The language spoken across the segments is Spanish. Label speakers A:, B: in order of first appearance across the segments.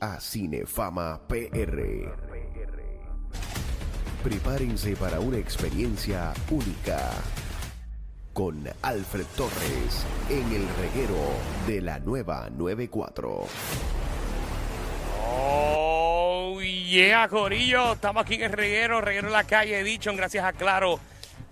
A: a Cinefama PR. Prepárense para una experiencia única con Alfred Torres en el reguero de la nueva 94.
B: Oh, yeah, Corillo. Estamos aquí en el reguero, reguero en la calle, dicho gracias a Claro,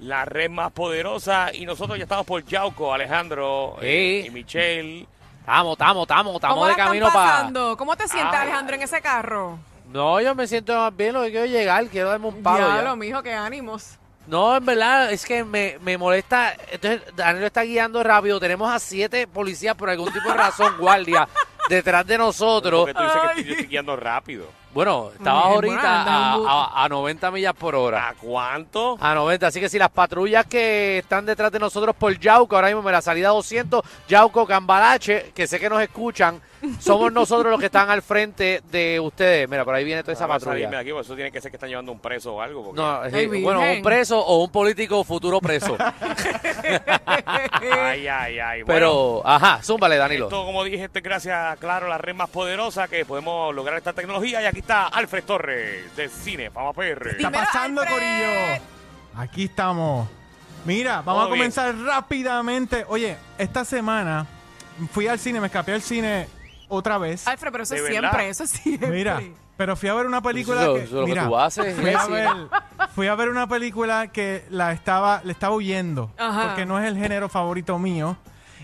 B: la red más poderosa. Y nosotros ya estamos por Yauco, Alejandro eh,
C: Sí.
B: y Michelle.
C: Estamos, estamos, estamos,
D: ¿Cómo
C: estamos de
D: la
C: camino
D: están
C: para.
D: pasando? ¿Cómo te sientes,
B: Ah.
D: Alejandro, en ese carro?
C: No, yo me siento más bien, lo que quiero llegar, quiero darme un palo.
D: Diablo,
C: Ya.
D: mijo, qué ánimos.
C: No, en verdad, es que me, me molesta. Entonces, Danilo está guiando rápido. Tenemos a siete policías por algún tipo de razón, guardia, detrás de nosotros.
B: Porque tú dices que estoy-
D: Ay.
B: yo estoy guiando rápido.
C: Bueno, estaba
D: Bueno,
C: ahorita
D: anda
C: a,
D: un bu-
C: a- a 90 millas por hora.
B: ¿A cuánto?
C: A 90, Ah, así que si las patrullas que están detrás de nosotros por Yauco, ahora mismo me la salida 200, Yauco, Cambalache, que sé que nos escuchan, somos nosotros los que están al frente de ustedes. Mira, por ahí viene toda esa
B: No vas a
C: patrulla.
B: salirme de aquí, porque eso tiene que ser que están llevando un preso o algo. Porque...
C: No, sí,
D: Ay,
C: bueno,
D: virgen.
C: un preso o un político futuro preso.
B: Ay, ay, ay. Bueno,
C: Pero, ajá, zúmbale, Danilo.
B: esto, como dije, esto es gracias a Claro, la red más poderosa que podemos lograr esta tecnología. Y aquí está Alfred Torres de Cinefama PR.
D: Dime-
E: está
D: Dímelo,
E: pasando,
D: Alfred.
E: Corillo? Aquí estamos. Mira, vamos a
B: Todo bien.
E: comenzar rápidamente. Oye, esta semana fui al cine, me escapé al cine otra vez.
D: Alfred, pero eso
B: De
D: es
B: verdad.
D: siempre, eso es siempre.
E: Mira, pero fui a ver una película
C: Eso-
E: que,
C: eso es lo que
E: mira,
C: tú haces,
E: Fui a,
C: Jessy.
E: ver, fui a ver una película que la estaba, le estaba huyendo,
D: Ajá.
E: porque no es el género favorito mío.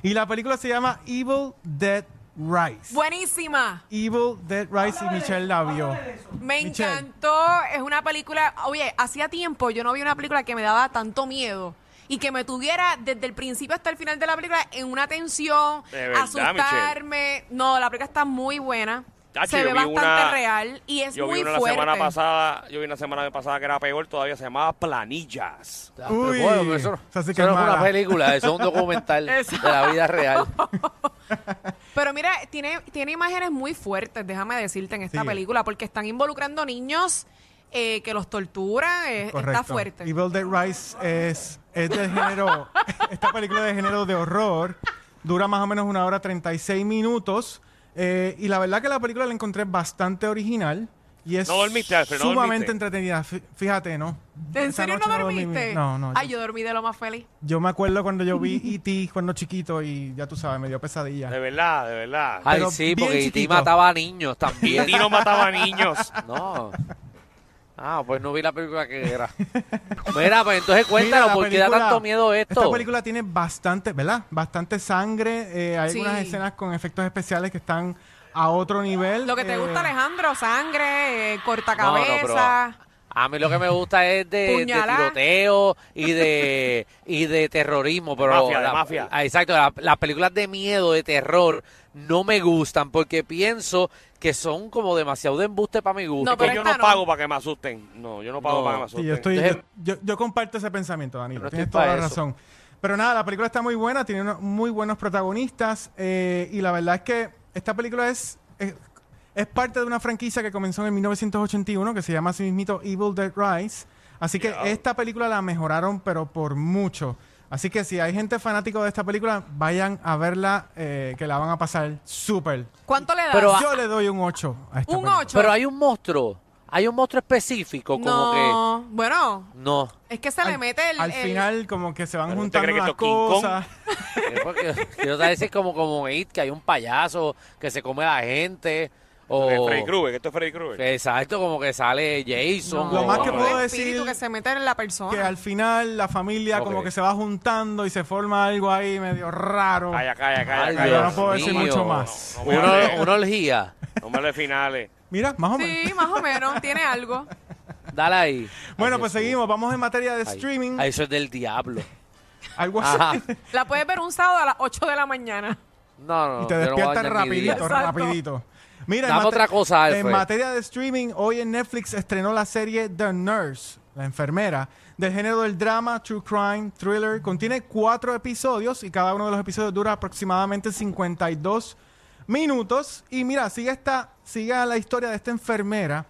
E: Y la película se llama Evil Dead Rise.
D: Buenísima,
E: Evil Dead Rise y Michelle la vio.
D: me
E: Michelle.
D: encantó, es una película, oye, hacía tiempo yo no vi una película que me daba tanto miedo y que me tuviera desde el principio hasta el final de la película en una tensión,
B: De verdad,
D: asustarme. No, la película está muy buena,
B: Tacho,
D: se
B: yo
D: ve
B: vi
D: bastante
B: una-
D: real y es
B: yo
D: muy
B: vi una la
D: fuerte.
B: semana pasada, yo vi una semana pasada que era peor todavía, se llamaba Planillas.
C: Ah, pero,
E: Uy,
C: bueno, pero eso, no-
E: esa sí
C: eso
E: que
C: no
E: es
C: es una
E: mala.
C: película, eso es un documental de la vida real.
D: Pero mira, tiene, tiene imágenes muy fuertes, déjame decirte, en esta
E: Sí.
D: película, porque están involucrando niños eh, que los torturan, eh, está
E: Correcto.
D: fuerte.
E: Evil Dead Rise es, es del género, esta película de género de horror, dura más o menos una hora 36 minutos, eh, y la verdad que la película la encontré bastante original, y es
B: No dormiste, Alfred, no
E: sumamente
B: dormiste.
E: entretenida, Fí- fíjate, ¿no?
D: ¿En
E: Esa
D: serio
E: noche
D: no
E: dormí bien.
D: dormiste?
E: No, no,
D: Ay,
E: yo,
D: yo dormí de lo más feliz.
E: yo me acuerdo cuando yo vi E.T. cuando chiquito, y ya tú sabes, me dio pesadilla.
B: De verdad, de verdad.
C: Ay,
E: Pero
C: sí,
E: bien
C: porque E.T.
E: chiquito.
C: mataba a niños
B: Y
C: también.
B: ti no mataba niños.
C: No. Ah, pues no vi la película que era. Mira, pues entonces
E: Mira,
C: cuéntalo,
E: la
C: ¿por qué da
E: película-
C: tanto miedo esto?
E: Esta película tiene bastante, ¿verdad? Bastante sangre. eh, hay
D: Sí.
E: algunas escenas con efectos especiales que están a otro nivel.
D: Lo que te
E: eh,
D: gusta, Alejandro, sangre, eh,
C: No, no,
D: cortacabezas.
C: pero a mí lo que me gusta es de, de
D: Puñalada.
C: tiroteo y de y de terrorismo, pero
B: mafia, de
C: la-
B: mafia.
C: ah, exacto, la- las películas de miedo, de terror no me gustan porque pienso que son como demasiado de embuste para mi gusto.
D: No,
B: Que
D: pero
B: yo
D: esta
B: no
D: no.
B: pago para que me asusten. No, yo no pago
C: No.
B: para que me
E: Sí,
B: asusten.
E: yo, estoy, yo,
C: Entonces-
E: yo- yo comparto ese pensamiento, Danilo.
C: Pero estoy
E: Tienes toda la
C: pa' eso.
E: razón. Pero nada, la película está muy buena, tiene unos muy buenos protagonistas. eh, y la verdad es que esta película es, es, es parte de una franquicia que comenzó en 1981 que se llama así mismito Evil Dead Rise. Así que
B: Ya.
E: esta película la mejoraron, pero por mucho. Así que si hay gente fanático de esta película, vayan a verla, eh, que la van a pasar súper.
D: ¿Cuánto le das?
C: Pero a-
E: Yo le doy un 8 a esta
D: ¿Un
E: película.
D: ocho?
C: pero hay un monstruo, hay un monstruo específico como
D: no, bueno,
C: que no.
D: es que se le
E: Al-
D: mete el...
E: Al
D: el-
E: final, como que se van
B: ¿Pero usted
E: juntando
B: cree que
E: las
B: esto es King Kong?
E: cosas.
C: Es porque quiero saber si es como como It, que hay un payaso que se come a la gente
B: Eh,
C: o
B: Freddy Krueger, que esto es Freddy Krueger.
C: Exacto, como que sale Jason.
E: Lo
C: o-
E: más que
D: el
E: puedo
D: espíritu
E: decir
D: que se mete en la persona.
E: que al final la familia como
C: Ok.
E: que se va juntando y se forma algo ahí medio raro.
B: Calla, calla, calla.
C: Ay,
B: calla.
E: Yo
C: Dios
E: no puedo decir
C: mío.
E: mucho más.
B: No, no, no,
C: Una,
B: no,
C: una orgía.
B: no me le finales.
E: Mira, más o menos.
D: Sí, más o menos, tiene algo.
C: Dale ahí.
E: Bueno,
C: Ay,
E: pues
C: Jesús.
E: seguimos. Vamos en materia de
C: Ay,
E: streaming.
C: ay, eso es del diablo.
E: Algo así.
C: Ajá.
D: La puedes ver un sábado a las 8 de la mañana.
C: No, no.
E: y te
C: yo no voy a
E: despiertas
C: dañar mi día.
E: rapidito,
D: Exacto.
E: rapidito. Mira, en
C: Dame
E: mate-
C: otra cosa,
E: En
C: Alfred.
E: materia de streaming, hoy en Netflix estrenó la serie The Nurse, la enfermera, del género del drama, true crime, thriller. Contiene cuatro episodios y cada uno de los episodios dura aproximadamente 52 minutos. Y mira, sigue, esta, sigue la historia de esta enfermera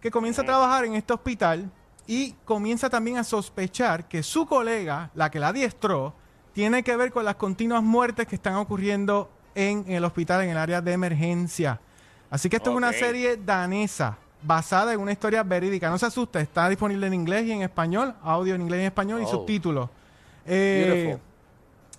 E: que comienza a trabajar en este hospital y comienza también a sospechar que su colega, la que la adiestró, tiene que ver con las continuas muertes que están ocurriendo en el hospital, en el área de emergencia. Así que esto es una
B: Ok.
E: serie danesa basada en una historia verídica. No se asusta, está disponible en inglés y en español, audio en inglés y en español y
C: Oh.
E: subtítulos. Eh,
B: Beautiful.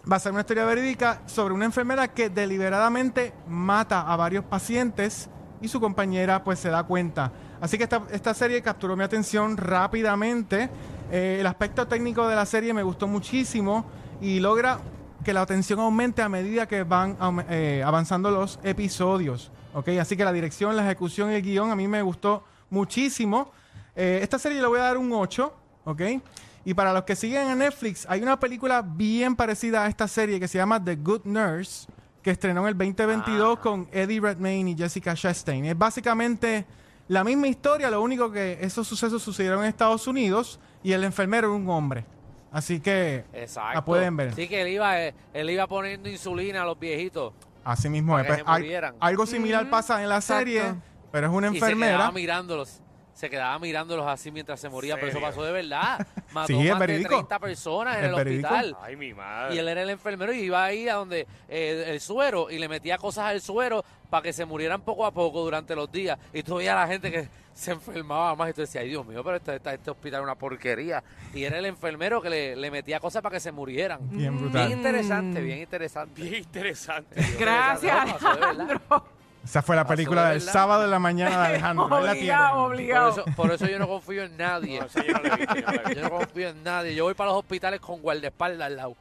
E: basada en una historia verídica sobre una enfermera que deliberadamente mata a varios pacientes y su compañera pues se da cuenta. Así que esta, esta serie capturó mi atención rápidamente. Eh, el aspecto técnico de la serie me gustó muchísimo y logra que la atención aumente a medida que van aum- eh, avanzando los episodios. ¿ok? Así que la dirección, la ejecución y el guión a mí me gustó muchísimo. Eh, esta serie le voy a dar un 8, ¿ok? Y para los que siguen en Netflix, hay una película bien parecida a esta serie que se llama The Good Nurse, que estrenó en el
C: Ah.
E: 2022 con Eddie Redmayne y Jessica Chastain. Es básicamente la misma historia, lo único que esos sucesos sucedieron en Estados Unidos y el enfermero era un hombre. Así que
C: Exacto.
E: la pueden ver.
C: Sí, que él iba, eh, él iba poniendo insulina a los viejitos.
E: Así mismo es.
C: Para que
E: Pues,
C: se
E: al-
C: murieran.
E: algo similar
D: Ujú,
E: pasa en la
D: exacto.
E: serie, pero es una
C: Y se
E: enfermera.
C: quedaba mirándolos. Se quedaba mirándolos así mientras se moría, pero eso
B: ¿Serio?
C: pasó de verdad. Mató
E: Sí, es
C: más de
E: verídico.
C: 30 personas en
E: Es
C: el
E: verídico.
C: hospital.
B: Ay, mi
D: Ah.
B: madre.
C: Y él era el enfermero y iba ahí a donde eh, el suero y le metía cosas al suero para que se murieran poco a poco durante los días. Y tú veías a la gente que se enfermaba más y tú decías, ay Dios mío, pero este, esta- este hospital es una porquería. Y era el enfermero que le, le metía cosas para que se murieran.
E: Bien
C: Bien
E: brutal. Mm.
C: interesante, bien interesante.
B: Bien interesante.
C: Bien interesante.
D: Gracias,
C: No, pasó de verdad.
D: Alejandro.
E: Esa fue la
C: Pasó de
E: película del
C: verdad.
E: sábado de la mañana de Alejandro. en la
D: Obligado,
E: tierra.
C: Por
D: obligado.
C: eso, por eso yo no confío en nadie.
B: No, eso yo no lo he visto, yo no lo he
C: Yo no confío en nadie. Yo voy para los hospitales con guardaespaldas al lado.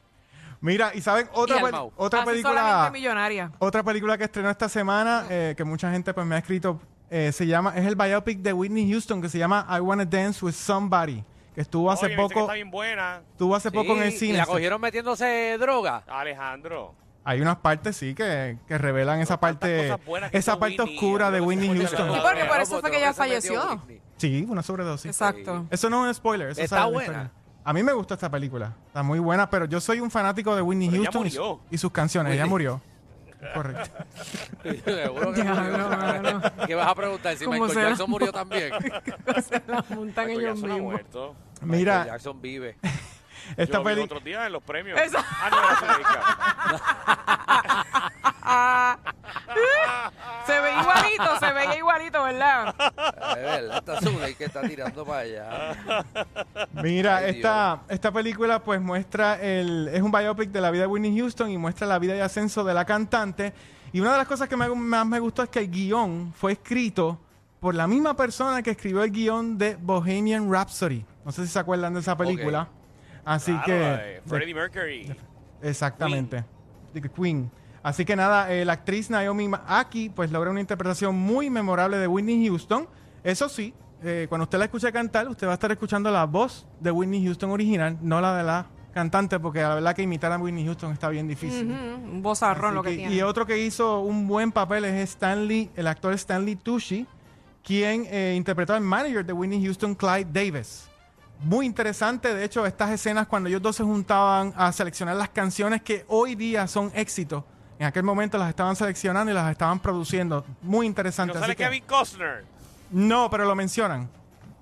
E: Mira, y saben, otra,
C: Y
E: pel-
C: Almau.
E: otra
D: Así son la
E: película.
D: gente millonaria.
E: Otra película que estrenó esta semana, eh, que mucha gente pues me ha escrito, eh, se llama, es el biopic de Whitney Houston que se llama I Wanna Dance with Somebody, que estuvo hace
B: Oye, viste que
E: poco,
B: Está bien buena,
E: estuvo hace poco en el
C: Sí,
E: cine. este.
C: Y la cogieron metiéndose droga.
B: Alejandro.
E: Hay unas partes sí que, que revelan esa parte,
B: cosas buenas que
E: esa
B: hizo
E: parte
B: Whitney,
E: oscura de
B: no se
E: Whitney
B: puede
E: Houston.
B: hablar.
D: Sí, porque por eso
C: Porque
D: fue que ella
C: se metió
D: falleció.
C: Whitney.
E: Sí, una sobredosis.
D: Exacto.
E: Eso no es un spoiler. Eso
C: Está
E: sale en la
C: buena.
E: historia. A mí me gusta esta película. Está muy buena, pero yo soy un fanático de Whitney
B: Pero ella
E: Houston y, su-
B: murió.
E: y sus canciones. Ella
C: Whitney.
E: murió. Correcto.
C: Seguro que
D: Diablo,
C: murió.
D: mano.
C: ¿Qué vas a preguntar? Si
D: ¿Cómo
C: Michael
D: será?
C: Jackson murió también.
D: Se la montan
B: Michael
D: ellos
B: Jackson ha
D: mismos.
B: muerto.
C: Michael
E: Mira,
C: Jackson vive.
E: esta
B: Yo lo vi
E: película.
B: otro día en los premios.
D: Eso.
B: Ah, no, era Zuleika.
D: Ah. Se ve igualito, se veía igualito, ¿verdad?
C: Es Ah, verdad, está azul y que está tirando para allá.
E: Mira,
C: Ay,
E: esta, esta película pues muestra el... Es un biopic de la vida de Whitney Houston y muestra la vida y ascenso de la cantante. Y una de las cosas que me- más me gustó es que el guión fue escrito por la misma persona que escribió el guión de Bohemian Rhapsody. No sé si se acuerdan de esa película. Así
B: Claro,
E: que...
B: la de
E: de-
B: Freddie Mercury.
E: Exactamente. De que Queen. Así que nada, eh, la actriz Naomi Aki pues logra una interpretación muy memorable de Whitney Houston. Eso sí, eh, cuando usted la escuche cantar, usted va a estar escuchando la voz de Whitney Houston original, no la de la cantante, porque la verdad que imitar a Whitney Houston está bien difícil.
D: Ujú, Un bozarrón
E: Así
D: lo que
E: que-
D: tiene.
E: Y otro que hizo un buen papel es Stanley, el actor Stanley Tucci, quien eh, interpretó al manager de Whitney Houston, Clyde Davis. Muy interesante, de hecho, estas escenas cuando ellos dos se juntaban a seleccionar las canciones que hoy día son éxitos. En aquel momento las estaban seleccionando y las estaban produciendo. Muy
B: No
E: interesante. así
B: sale
E: que-
B: Kevin Costner.
E: no, pero lo mencionan.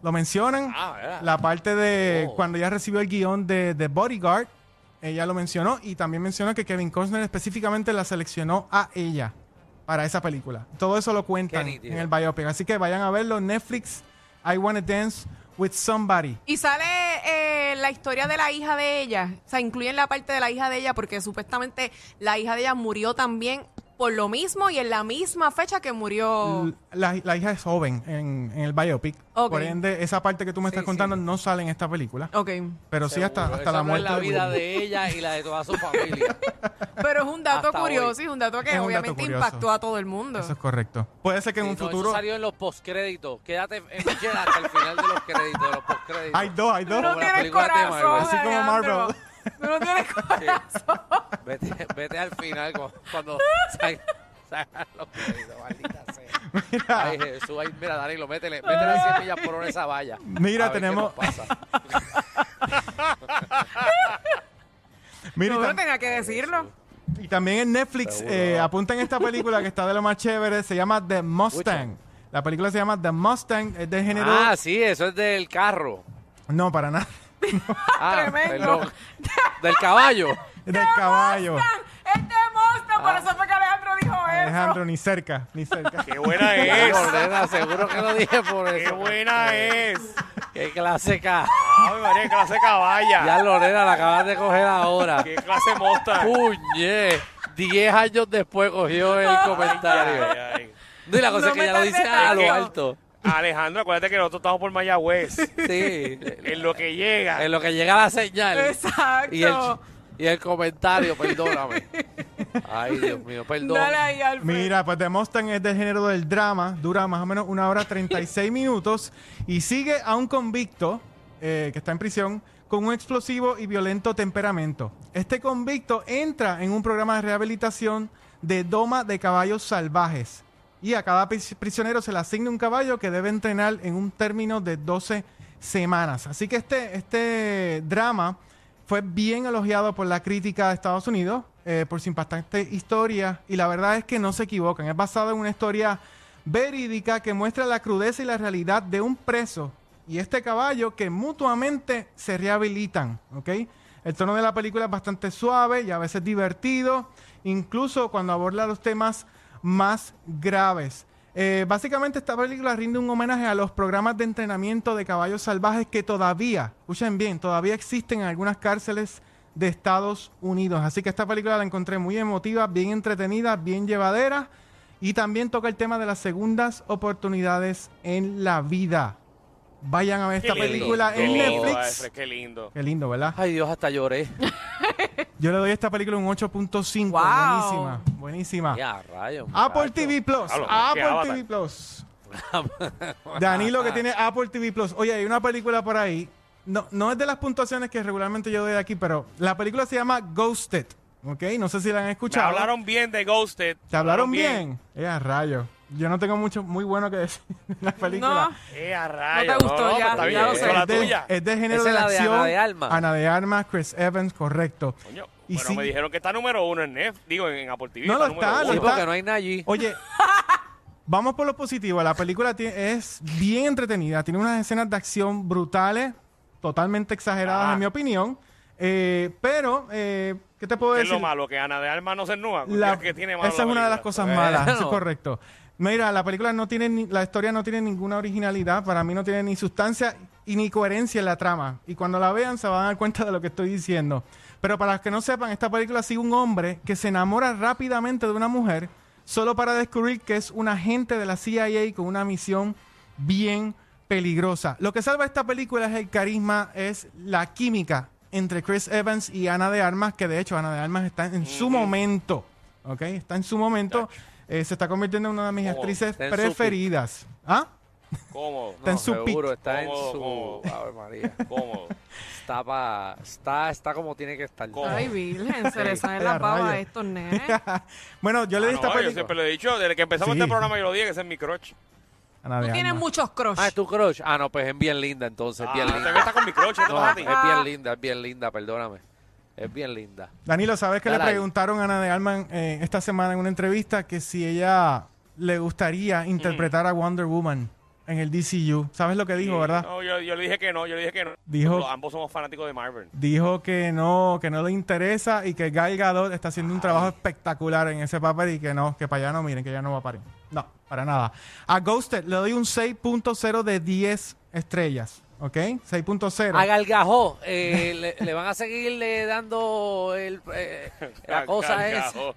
E: Lo mencionan.
B: Ah, ¿verdad?
E: La parte de
C: Oh.
E: cuando ella recibió el guión de, de Bodyguard, ella lo mencionó y también mencionó que Kevin Costner específicamente la seleccionó a ella para esa película. Todo eso lo cuentan
C: Qué nítido.
E: en el biopic. Así que vayan a verlo. Netflix, I Wanna Dance with Somebody.
D: Y sale eh, la historia de la hija de ella. O sea, incluyen la parte de la hija de ella porque supuestamente la hija de ella murió también por lo mismo y en la misma fecha que murió.
C: Oh.
E: L- La, la hija es joven en, en el biopic.
D: Ok.
E: Por ende, esa parte que tú me
C: Sí,
E: estás
C: sí.
E: contando no sale en esta película.
D: Ok.
E: Pero sí hasta,
C: Seguro.
E: hasta
C: Esa
E: la
C: no es
E: muerte
C: la
E: de
C: vida
E: Whitney.
C: de ella y la de toda su familia.
D: Pero es un dato
C: Hasta
D: curioso
C: hoy.
D: y es un dato que
E: Es un dato
D: obviamente
E: curioso.
D: impactó a todo el mundo.
E: Eso es correcto. Puede ser que en
C: Sí,
E: un
C: no, eso
E: futuro...
C: salió en los postcréditos. Quédate en fichera hasta el final de los créditos, de los postcréditos.
E: Hay dos, hay dos.
D: Tú no
C: Como la
D: tienes
C: película de Marvel.
D: corazón.
E: Así como
D: Alejandro.
E: Marvel.
D: Tú no tienes corazón.
C: Sí. Vete, vete al final cu- cuando salgan salgan los créditos, maldita sea. Ay, Jesús, ay, mira, Dani, lo métele, métele a 100 millas por hora esa valla.
E: Mira,
C: A ver qué
E: tenemos-
C: nos pasa.
E: Mira, y
D: Tú no
E: tam-
D: tenía que decirlo.
E: Y también en Netflix
C: Seguro.
E: eh, apuntan esta película que está de lo más chévere, se llama The Mustang. La película se llama The Mustang, es de género...
C: Ah, sí, eso es del carro.
E: No, para nada.
C: Ah,
D: Tremendo.
C: perdón. Del caballo.
E: Es del caballo.
D: Este monstruo, por eso fue que Alejandro dijo
E: Alejandro, ni cerca, ni cerca.
B: ¡Qué buena es!
C: No, nena, seguro que lo dije por eso.
B: ¡Qué buena es!
C: ¡Qué clase K!
B: ¡Ay, María, qué clase de
C: Ya
B: caballa!
C: Lorena la acabas de coger ahora.
B: ¡Qué clase mosta!
C: ¡Puñe! Diez años después cogió el
B: Ay,
C: comentario.
B: ay.
C: No, y la cosa es
D: No
C: que
D: me
C: ella lo
D: tardé
C: dice a lo
B: tanto.
C: alto.
B: Alejandro, acuérdate que nosotros estamos por Mayagüez.
C: Sí.
B: En lo que llega.
C: En lo que llega la señal.
D: Exacto.
C: Y el, y el comentario, perdóname. Ay, Dios mío, perdón.
D: Dale ahí, Alfred.
E: Mira, pues The Mustang es del género del drama, dura más o menos una hora 36 minutos y sigue a un convicto eh, que está en prisión con un explosivo y violento temperamento. Este convicto entra en un programa de rehabilitación de doma de caballos salvajes y a cada pris- prisionero se le asigna un caballo que debe entrenar en un término de 12 semanas. Así que este, este drama fue bien elogiado por la crítica de Estados Unidos eh, por su impactante historia y la verdad es que no se equivocan. Es basado en una historia verídica que muestra la crudeza y la realidad de un preso y este caballo que mutuamente se rehabilitan, ¿ok? El tono de la película es bastante suave y a veces divertido, incluso cuando aborda los temas más graves. Eh, básicamente esta película rinde un homenaje a los programas de entrenamiento de caballos salvajes que todavía, escuchen bien, todavía existen en algunas cárceles de Estados Unidos. Así que esta película la encontré muy emotiva, bien entretenida, bien llevadera y también toca el tema de las segundas oportunidades en la vida. Vayan a ver
B: Qué
E: esta
B: lindo,
E: película
B: qué
E: en
B: lindo,
E: Netflix.
B: Alfred, qué lindo.
E: Qué lindo, ¿verdad?
C: Ay, Dios, hasta lloré.
E: Yo le doy a esta película un 8.5.
D: Wow.
E: Buenísima,
D: Ah.
E: buenísima.
C: Ya, rayos.
E: Apple
C: muchacho.
E: TV Plus.
B: Claro,
E: Apple
B: que Avatar.
E: TV Plus. Danilo que tiene
B: Ah.
E: Apple TV Plus. Oye, hay una película por ahí. No, no es de las puntuaciones que regularmente yo doy aquí, pero la película se llama Ghosted. ¿Ok? No sé si la han
B: Me
E: escuchado.
B: hablaron bien de Ghosted.
E: ¿Te hablaron bien? Eh, a rayo. Yo no tengo mucho muy bueno que decir de la película.
D: No.
B: Eh, a rayos,
D: te gustó,
B: no,
D: ya,
B: pero está
D: ya
B: bien,
D: lo
B: eso
D: sé.
B: es la
E: es, de,
B: tuya.
E: es de género
C: Esa
E: de
C: es
E: la
C: la de Ana
E: acción.
C: de Armas.
E: Ana de Armas, Chris Evans, correcto.
B: Coño,
E: Y
B: bueno,
E: sí.
B: me dijeron que está número uno en Netflix, digo, en Apple TV.
E: No, lo
B: número
E: está,
C: Sí,
B: uno.
E: lo
C: porque no hay nadie allí.
E: Oye, vamos por lo positivo. La película ti- es bien entretenida. Tiene unas escenas de acción brutales, totalmente exageradas
B: Ah.
E: en mi opinión. Eh, pero, eh, ¿qué te puedo
B: ¿Qué es lo
E: decir?
B: malo? Que Ana de Armas no se nua.
E: La-
B: que tiene malo
E: esa es
B: la
E: una de las
B: película?
E: cosas malas,
C: Bueno.
E: eso es correcto. Mira, la película no tiene ni- la historia no tiene ninguna originalidad, para mí no tiene ni sustancia y ni coherencia en la trama. Y cuando la vean se van a dar cuenta de lo que estoy diciendo. Pero para los que no sepan, esta película sigue un hombre que se enamora rápidamente de una mujer solo para descubrir que es un agente de la CIA con una misión bien peligrosa. Lo que salva esta película es el carisma, es la química entre Chris Evans y Ana de Armas, que de hecho Ana de Armas está en su momento, ¿ok? Está en su momento, eh, se está convirtiendo en una de mis
B: Cómodo,
E: actrices
C: Oh, está en su
E: preferidas. ¿Ah?
B: Cómodo,
E: Está en su
C: seguro,
E: pick.
C: está en
B: Cómodo,
C: su.
B: cómodo.
C: Ave María.
B: cómodo.
C: Está, pa- está, está como tiene que estar.
B: Cómodo.
D: Ay, virgen, se le sale
E: a
D: la pava a
E: rayos.
D: estos nenes.
E: bueno, yo le di
B: Ah, no,
E: esta
B: yo
E: película.
B: siempre lo he dicho, desde que empezamos
E: Sí.
B: este programa yo lo dije que ese es mi crush.
E: Ana
D: Tú
E: de
D: tienes
E: Armas.
D: muchos crush.
C: Ah, es tu crush. Ah, no, pues es bien linda entonces,
B: Ah,
C: es bien
B: te
C: linda.
B: metas con mi crush, este ¿qué te
C: No,
B: pasa a
C: es
B: ti?
C: bien linda, es bien linda, perdóname. Es bien linda.
E: Danilo, ¿sabes que le
C: Dale ahí.
E: preguntaron a Ana de Armas eh, esta semana en una entrevista que si ella le gustaría interpretar a Wonder Woman en el DCU? ¿Sabes lo que dijo, verdad?
B: No, yo, yo le dije que no, yo le dije que no.
E: Dijo-
B: Los- ambos somos fanáticos de Marvel.
E: Dijo que no, que no le interesa y que Gal Gadot está haciendo un trabajo espectacular en ese papel y que no, que para allá no, miren, que ya no va a parir. No, para nada. A Ghosted le doy un 6.0 de 10 estrellas, ¿ok? 6.0.
C: A Galgajó, eh, le, le van a seguirle dando el, eh, la cosa es.
B: Carajo.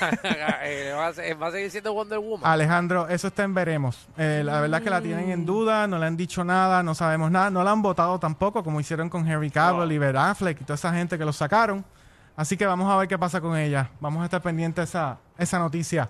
C: eh, le van a se- va a seguir siendo Wonder Woman.
E: Alejandro, eso está en veremos. Eh, la verdad es que la tienen en duda, no le han dicho nada, no sabemos nada, no la han votado tampoco, como hicieron con Henry Cavill
B: No.
E: y Ben Affleck y toda esa gente que lo sacaron. Así que vamos a ver qué pasa con ella. Vamos a estar pendientes de esa, esa noticia.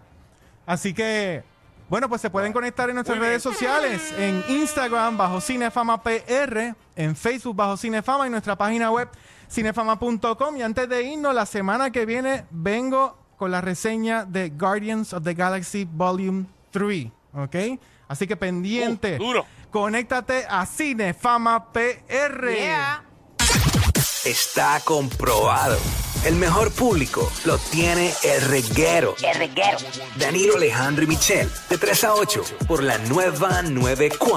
E: Así que, bueno, pues se pueden conectar en nuestras
B: Muy bien.
E: redes sociales, en Instagram bajo Cinefama PR, en Facebook bajo Cinefama y nuestra página web cinefama.com. Y antes de irnos, la semana que viene vengo con la reseña de Guardians of the Galaxy Volume 3, ¿ok? Así que pendiente.
B: Uh, duro.
E: Conéctate a Cinefama PR.
D: Yeah.
F: Está comprobado. El mejor público lo tiene el reguero. El reguero. Danilo Alejandro y Michel, de 3 a 8, por la nueva 94.